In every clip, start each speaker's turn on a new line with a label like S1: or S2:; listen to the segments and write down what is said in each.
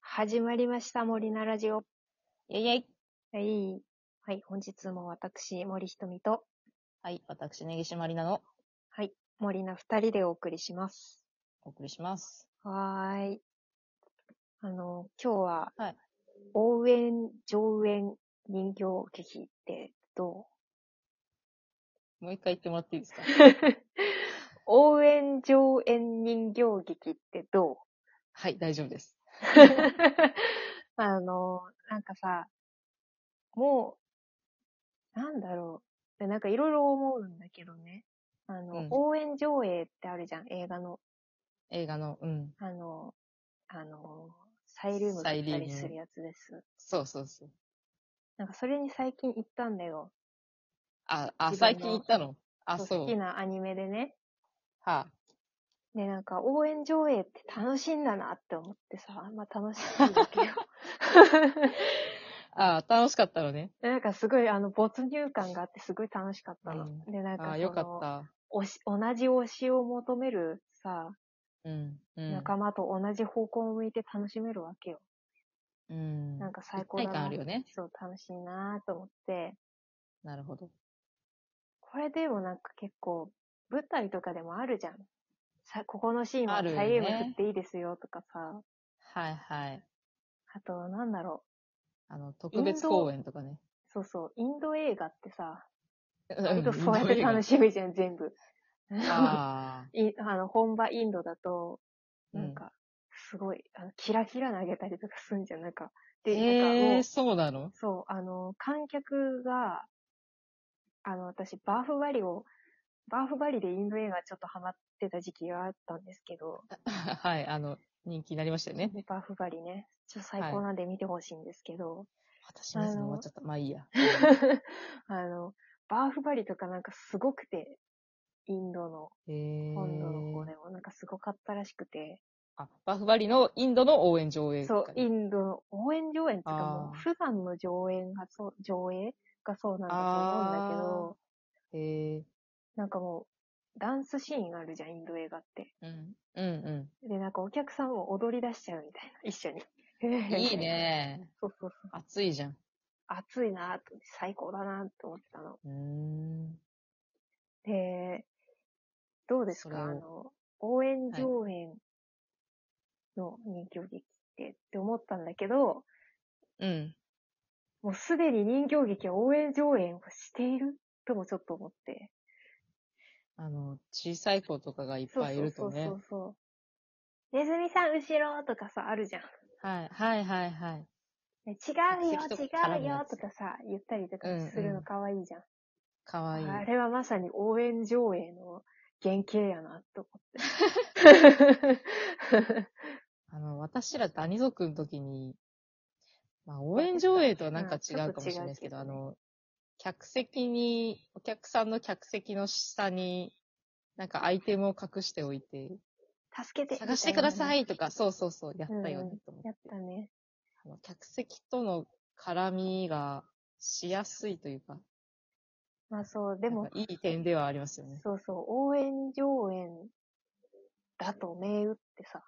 S1: 始まりました、森菜ラジオ。
S2: イェイイェイ
S1: はい。はい、本日も私、森ひとみと
S2: はい、私、根岸まりなの、
S1: 森菜二人でお送りします。
S2: お送りします。
S1: はーい。あの、今日は、
S2: はい
S1: 応援、上演、人形劇ってど
S2: もう一回言ってもらっていいですか
S1: う応援、上演、人形劇ってどう
S2: はい、大丈夫です。
S1: あの、なんかさ、もう、なんだろう。なんかいろいろ思うんだけどね。あの、
S2: うん
S1: 応援上映ってあるじゃん、映画の。
S2: 映画の、うん。
S1: あの、あの、サイリウムだ
S2: サ
S1: っ
S2: イリ
S1: た
S2: ウム
S1: りするやつです。
S2: そうそうそう。
S1: なんかそれに最近行ったんだよ。
S2: あ、あ、
S1: 自分の
S2: 最近行ったのあ、
S1: そう
S2: そ
S1: 好き
S2: う。
S1: なアニメでね。
S2: は
S1: で、なんか応援上映って楽しいんだなって思ってさ、まあ楽しいんだ けど。
S2: あ、あ、楽しかったのね。
S1: なんかすごいあの没入感があってすごい楽しかったの。
S2: う
S1: で、なんか
S2: あ、
S1: そ
S2: よか
S1: の
S2: っ
S1: 推し、同じ推しを求めるさ、
S2: た。うん。うん。
S1: 仲間と同じ方向を向いて楽しめるわけよ。
S2: うん。
S1: なんか最高だ
S2: 一体感
S1: な。
S2: あるよね。
S1: そう、楽しいなと思って。
S2: なるほど。
S1: これでもなんか結構、舞台とかでもあるじゃん。さ、ここのシーンは
S2: あるよね
S1: サイウム振っていいですよとかさ。
S2: はいはい。
S1: あと、なんだろ
S2: あの、特別公演とかね。
S1: う。そうそう、インド映画ってさ、
S2: う
S1: 割とそうやって楽
S2: し
S1: しみじゃん、全部。
S2: あ
S1: いあの、本場インドだと、
S2: あ。う
S1: なんか、すごい、あの、キラキラ投げたりとかすんじゃん、なんか。で、なんかも
S2: え
S1: う
S2: ー、、そうなの
S1: そう、あの、観客が、あの、私、バーフバリを、バーフバリでインド映画ちょっとハマってた時期があったんですけど、
S2: はい、あの、人気になりましたよね。
S1: バーフバリね、ちょっと最高なんで見てほしいんですけ ど、
S2: 私のやつの終わっちゃった。まあいい や。
S1: あの、バーフバリとかなんかすごくて、インドの、
S2: えー
S1: 本土の方でもなんかすごかったらしくて、
S2: あ、バフバリのインドの応援上映会
S1: そう、インドの応援上演っていうかも
S2: あ
S1: う、
S2: ー
S1: 普段の上演がそう、上映がそうなんだと思うんだけど、
S2: へえ
S1: なんかもう、ダンスシーンあるじゃん、インド映画って。
S2: うん。うん
S1: で、なんかお客さんも踊り出しちゃうみたいな、一緒
S2: うん。
S1: に。
S2: いい。ね。
S1: そうそうそう。
S2: 暑いじゃん。
S1: 暑いなぁと、最高だなぁと思ってたの。
S2: うーん。
S1: で、どうです
S2: それ
S1: か
S2: を
S1: あの、応援上演の人形劇って、って思ったんだけど、
S2: うん。
S1: もうすでに人形劇は応援上演をしているともちょっと思って。
S2: あの、小さい子とかがいっ
S1: そう
S2: ぱいいる
S1: そ
S2: と
S1: うそう
S2: ね
S1: そ。うそう。ネズミさん後ろとかさ、あるじゃん。
S2: はい、はい、はい、はい。
S1: ね違うよ、
S2: 客席と
S1: 違
S2: 絡
S1: う
S2: むや
S1: よと
S2: つ
S1: かさ、言ったりとかす
S2: う
S1: る
S2: んう
S1: の
S2: ん
S1: 可愛いじゃん。
S2: かわいい。
S1: あれはまさに応援上映の原型やな、と 思って。
S2: あの、私らダニ族の時に、まあ、応援上映とはなんか違うかもしれないですけど、
S1: うん
S2: あ
S1: ちょっと違
S2: の、客席に、お客さんの客席の下に、なんかアイテムを隠しておいて、
S1: 助けて
S2: 探してくださ
S1: い。
S2: いとか、そうそうそう、やったよ
S1: うん
S2: ね
S1: うん、
S2: と思って
S1: やったね。
S2: あの客席との絡みがしやすいというか、
S1: まあそう、で
S2: な
S1: も
S2: ん、かいい点ではありますよね。
S1: そうそう、応援上演だと銘打ってさ、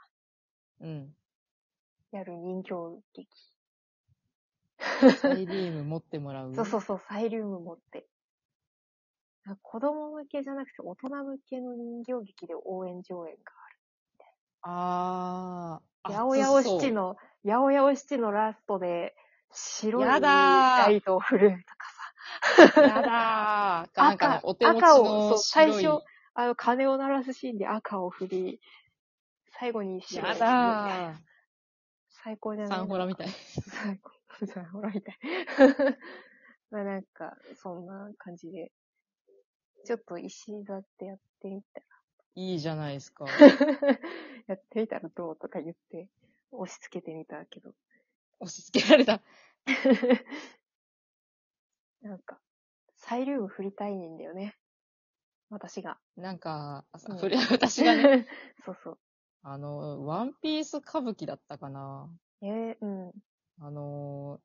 S2: うん。
S1: やる人形劇。
S2: サイリウム持ってもら う。
S1: そうそうそう、サイリウム持って。なんか子供向けじゃなくて大人向けの人形劇で応援上演が
S2: あー。
S1: やおやお
S2: そう
S1: 七の、やおやお七のラストで、白い
S2: やだー
S1: ライトを振るとか
S2: やだ ー。かなんかの
S1: 赤
S2: お手持ち
S1: 赤をそう
S2: の白い。
S1: 最初さ、あの、鐘を鳴らすシーンで赤を振り、最後に白いを
S2: や
S1: 振るみたいな
S2: だ
S1: 最高じゃ
S2: ー。
S1: ない
S2: サンホラみ
S1: たい。
S2: たい。
S1: 最高。サンホラみたい。 まあなんか、そんな感じで。ちょっと石座ってやってみた
S2: いいじゃないですか。
S1: ら、やってみたらどうとか言って、押し付けてみたけど。
S2: 押し付けられた。
S1: なんか、サイリウム振りたいんだよね。私が。
S2: なんか、あ
S1: うん
S2: それは私がね、
S1: そうそう。
S2: あの、ワンピース歌舞伎だったかな。
S1: えー、うん。
S2: あのー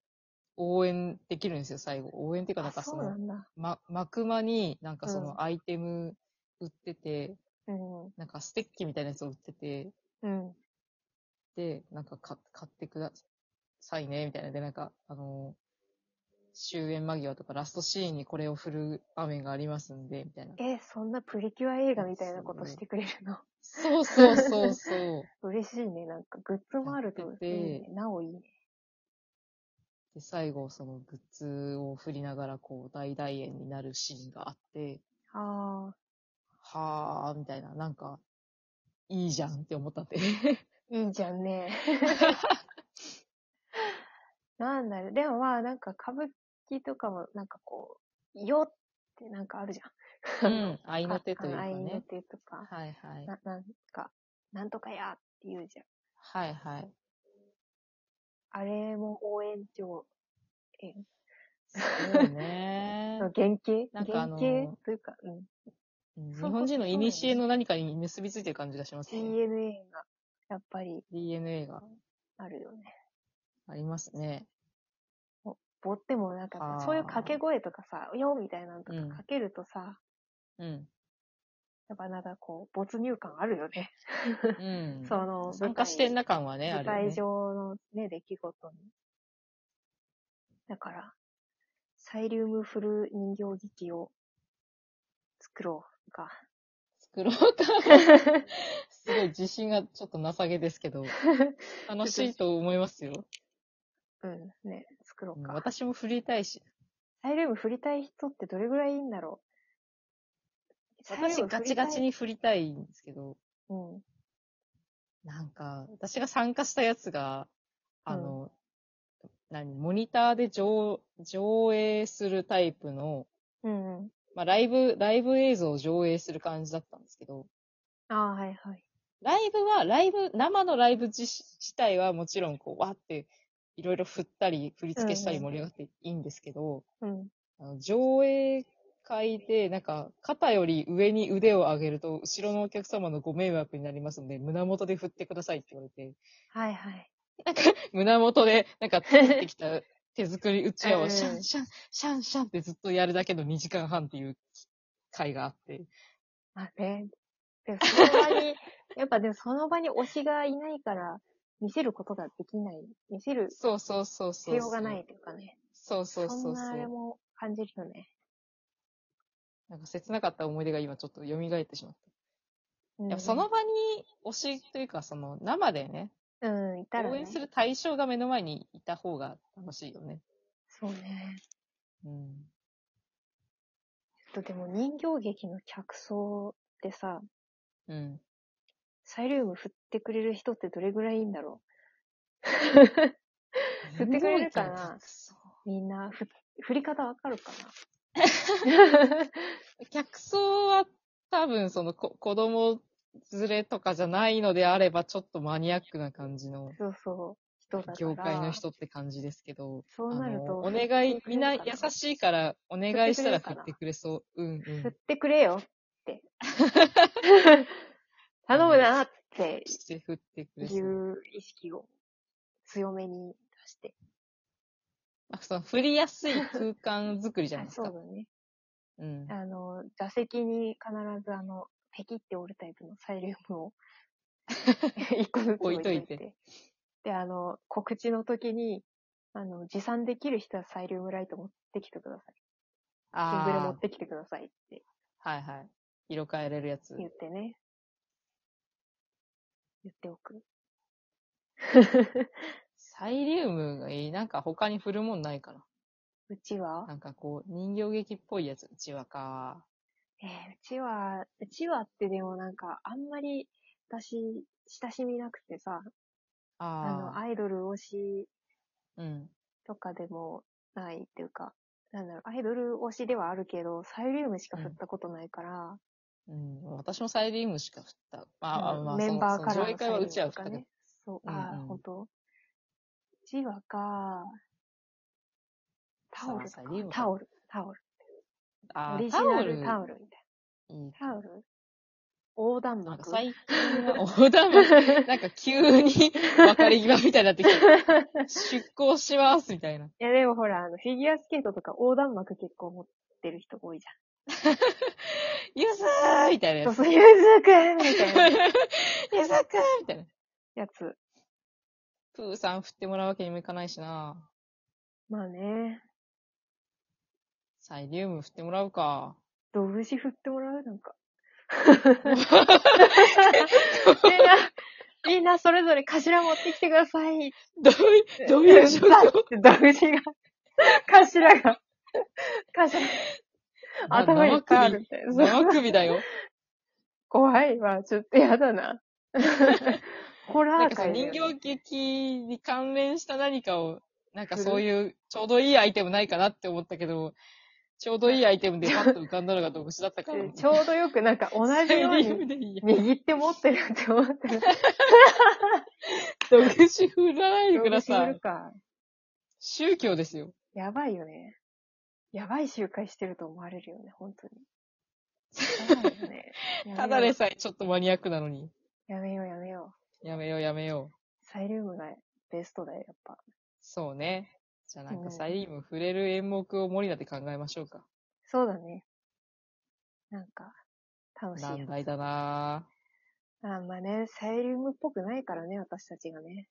S2: 応援できるんですよ、最後。応援っていうか、なん
S1: あ、
S2: かそ
S1: そうな
S2: の、
S1: んだ。
S2: ま、幕間になんかそうのアイテム売ってて、
S1: うん。
S2: なんかステッキみたいなやつを売ってて、
S1: うん。
S2: で、なんかか買ってくださいね、みたいな。で、なんか、あの終焉間際とかラストシーンにこれを振る場面がありますんで、みたいな。
S1: え、そんなプリキュア映画みたいなことしてくれるの。
S2: そうそうそうそう。
S1: 嬉しいね。なんかグッズもあると
S2: や
S1: い
S2: ってて
S1: いね。なおいいね。
S2: で、最後、そのグッズを振りながら、こう、大大演になるシーンがあって、
S1: ああ。
S2: はー、みたいな、なんか、いいじゃんって思ったって。
S1: いいじゃん ね。なんだろう。でもまあ、なんか歌舞伎とかも、なんかこう、よってなんかあるじゃ。
S2: うん ん、合いの手というか
S1: ああ合いの
S2: ね。
S1: 手とか、
S2: はいはい。
S1: ななんか、なんとかやって言うじゃん。
S2: はいはい。
S1: あれも応援上
S2: そうね
S1: の。原型
S2: なんかあ
S1: 原
S2: の
S1: 型
S2: ー
S1: というか、うん。
S2: うん日
S1: そう
S2: 本人の
S1: そう
S2: 古の何かに結びついてる感じがしますね。
S1: DNA が、やっぱり
S2: DNA が
S1: あるよね。
S2: ありますね。
S1: ぼってもなんか
S2: あ
S1: さ、
S2: ー
S1: そういう掛け声とかさ、よみたいなのと
S2: う
S1: か
S2: ん
S1: かけるとさ、
S2: うん。
S1: やっぱなんかこう、没入感あるよね。
S2: うん。
S1: その
S2: 参加してんな感はね、
S1: 舞
S2: あるよ
S1: 台
S2: ね。
S1: 上のね、出来事に。だから、サイリウムフル人形劇を作ろうか。
S2: 作ろうか。すごい自信がちょっとなさげですけ ど、楽しいと思いますよ。
S1: うん、ね、作ろ
S2: う
S1: うんか。
S2: 私も振りたいし。
S1: サイリウム振りたい人ってどれぐらいいいんだろう。
S2: 私ガチガチ
S1: に。
S2: に振りたいんですけど、
S1: うん。
S2: なんか、私が参加したやつが、あの、何、モニターで上上映するタイプの、
S1: うんうん。
S2: まあ、ライブ、ライブ映像を上映する感じだったんですけど、
S1: ああ、はいはい。
S2: ライブは、ライブ、生のライブ自自体はもちろん、こう、わーって、いろいろ振ったり、振り付けしたり
S1: うんうん
S2: 盛り上がっていいんですけど、
S1: うん。
S2: あの上映会で、なんか、肩より上に腕を上げると、後ろのお客様のご迷惑になりますので、胸元で振ってくださいって言われて、
S1: はいはい。
S2: 胸元で、なんか、作って きた手作りうちわ
S1: う
S2: を
S1: ん
S2: シャンシャン、シャンシャンってずっとやるだけの2時間半っていう会があって、
S1: まあね。でもその場 に、やっぱでもその場に推しがいないから、見せることができない。見せる
S2: そうそうそうそうそう。
S1: 必要がない。というかね。
S2: そうそうそうそ
S1: ん
S2: う。
S1: なあれも感じるよね。
S2: なんか切なかった思い出が今ちょっと蘇ってしまった。
S1: うん
S2: やっぱその、場に推しというか、その生でね、
S1: うん、いたら、ね。
S2: 応援する対象が目の前にいた方が楽しいよね。
S1: そうね。
S2: うん。
S1: ちょっとでも人形劇の客層ってさ、
S2: うん。
S1: サイリウム振ってくれる人ってどれぐらいいいんだろ振ってくれるかなうみんな、ふ、振り方わかるか な
S2: 客層は多分そのこ子供連れとかじゃないのであればちょっとマニアックな感じの
S1: そうそう。人だから。
S2: 業界の人って感じですけど、
S1: そうなると。
S2: あのお願い、みんな優しいからお願いしたら
S1: 振
S2: 振
S1: っ
S2: っててくれそう。うんうん
S1: 振っ。てくれよ って。頼むなって
S2: して振ってくれ
S1: い
S2: そう。
S1: う意識を強めに出して。
S2: まあ、その振りやすい空間作りじゃない
S1: あ
S2: です
S1: そう
S2: か。
S1: だね。
S2: うん。
S1: あの、座席に必ずあの、ペキって折るタイプのサイリウム を一個ずつ置いとい
S2: 置いとい
S1: て。で、あの、告知の時に、あの、持参できる人はサイリウムライト持ってきてください。ジングル持
S2: あ
S1: ってきてくださいって
S2: あ、はいはい。色変えれるやつ。
S1: 言ってね。言ってお く。
S2: サイリウムがいい。なんか他に振るもんないか
S1: うちは
S2: な。なんかこう、人形劇っぽいやつ。うちわか。
S1: えーうちは、うちはってでもなんか、あんまり、私、親しみなくてさ、あの、
S2: あ
S1: アイドル推し
S2: あ。うん。
S1: とかでもないっていうか、なんだろう、アイドル推しではあるけど、サイリウムしか振ったことないから、
S2: うん、私もサイリウムしか振った。まあ、
S1: うん
S2: まあ、
S1: メンバー
S2: そ
S1: か
S2: の
S1: らの
S2: その上映会はうち
S1: サイ
S2: は
S1: リウ
S2: 振
S1: ムと
S2: っ
S1: か
S2: たけど。
S1: ね。そう、
S2: うん
S1: あ
S2: う
S1: ー、
S2: ん
S1: ほんと。うちわか、タオル
S2: さ
S1: か
S2: あサイリウムか
S1: タオル、タオル。
S2: あ
S1: オ
S2: ー
S1: リジナ
S2: タオ
S1: ル
S2: ル
S1: タオルみたい
S2: いい。
S1: な。タオル横断
S2: なんか
S1: 幕。
S2: 最近は、横断幕、なんか急に分かり際みたいになってきて、出航しますみたいな。
S1: いやでもほら、あの、フィギュアスケートとか横断幕結構持ってる人多いじゃん。
S2: ゆずーみたい
S1: そ
S2: なや
S1: う
S2: つ。
S1: そう、ゆずくんみたいな
S2: ゆずーみたいな。
S1: やつ。
S2: プーさん振ってもらうわけにもいかないしな。
S1: まあね。
S2: サイリウム振ってもらうか。
S1: どぶし振ってもらうなんか。 みんな、みんなそれぞれ頭持ってきてください。
S2: どういう、どういう状況
S1: ドブシが、頭が、頭、 頭いっぱいあるみたいな。そう
S2: 生首だよ。
S1: 怖いわ。ちょっとやだ な。ホラ
S2: なん
S1: ー
S2: かさ、
S1: 界だよね
S2: 人形劇に関連した何かを、なんかそういう、ちょうどいいアイテムないかなって思ったけど、ちょうどいいアイテムでパッと浮かんだのが独自だったから。
S1: ちょうどよくなんか同
S2: サイ
S1: じよう
S2: リウム
S1: に
S2: でいい や。
S1: 握って持ってるって思ってる。
S2: 独自振らないでくださ
S1: ドブシ振
S2: い
S1: る。か
S2: 宗教ですよ。
S1: やばいよね。やばい集会してると思われるよね、本当 に。やばいよね
S2: ただでさえちょっとマニアックなのに。
S1: やめようやめようやめよう。
S2: やめようやめよう。
S1: サイリウムがベストだよ、やっぱ。
S2: そうね。じゃあなん
S1: うん
S2: かサイリウム触れる演目をモリナで考えましょうか。
S1: そうだね。なんか、楽しい
S2: 難
S1: や
S2: 題だなぁ。
S1: つ。あんまね、サイリウムっぽくないからね、私たちがね。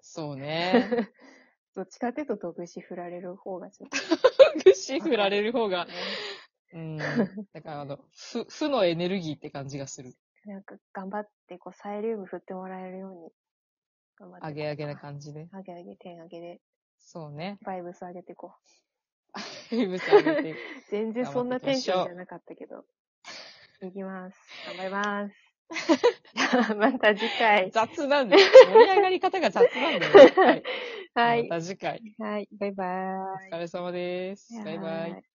S2: そうね。
S1: どっちかっていうと、毒ぶし振られる方がちょっと、
S2: 串振られる方が
S1: ね。、
S2: うん。だからあの、負、負のエネルギーって感じがする。
S1: なんか、頑張って、こう、サイリウム振ってもらえるように、頑張って。
S2: あげあげな感じで。
S1: 上げ上げ、点上げで、
S2: そうね。
S1: バイブス上げていこ
S2: 生物あげて。
S1: う。全然そんなテンション
S2: 頑張っていきましょ
S1: じゃ
S2: う
S1: なかったけど。いきます。頑張ります。じゃあ、 また次 回。
S2: 雑なんだよ。盛り上がり方が雑なんだよ。はい。
S1: はい
S2: ま。た次回。
S1: はい。バイバーイ。
S2: お疲れ様です。バイバイ。
S1: い。